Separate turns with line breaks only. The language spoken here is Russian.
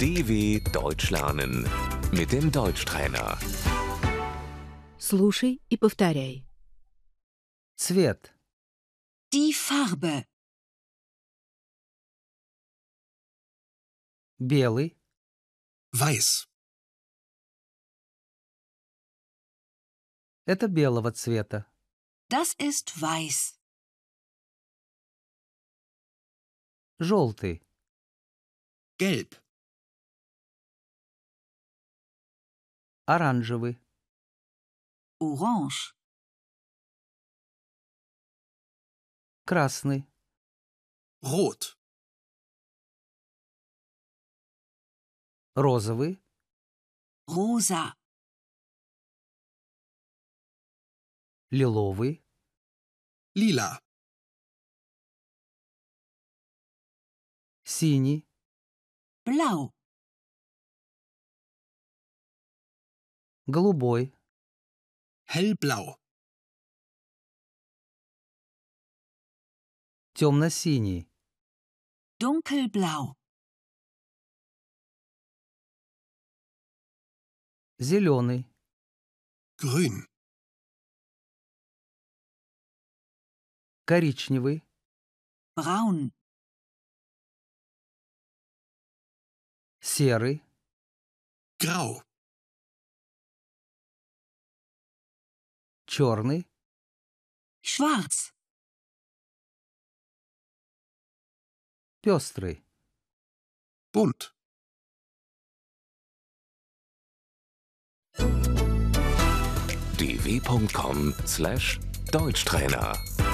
DW Deutsch lernen mit dem Deutschtrainer.
Слушай и повторяй.
Цвет.
Die Farbe.
Белый.
Weiß.
Это белого цвета.
Das ist weiß.
Желтый.
Gelb.
Оранжевый.
Orange.
Красный.
Rot.
Розовый.
Rosa.
Лиловый.
Lila.
Синий.
Blau.
Голубой.
Hellblau.
Темно-синий.
Dunkelblau.
Зеленый.
Grün.
Коричневый.
Braun.
Серый.
Grau.
Черный.
Schwarz.
Пестрый.
Bunt.
dw.com/deutschtrainer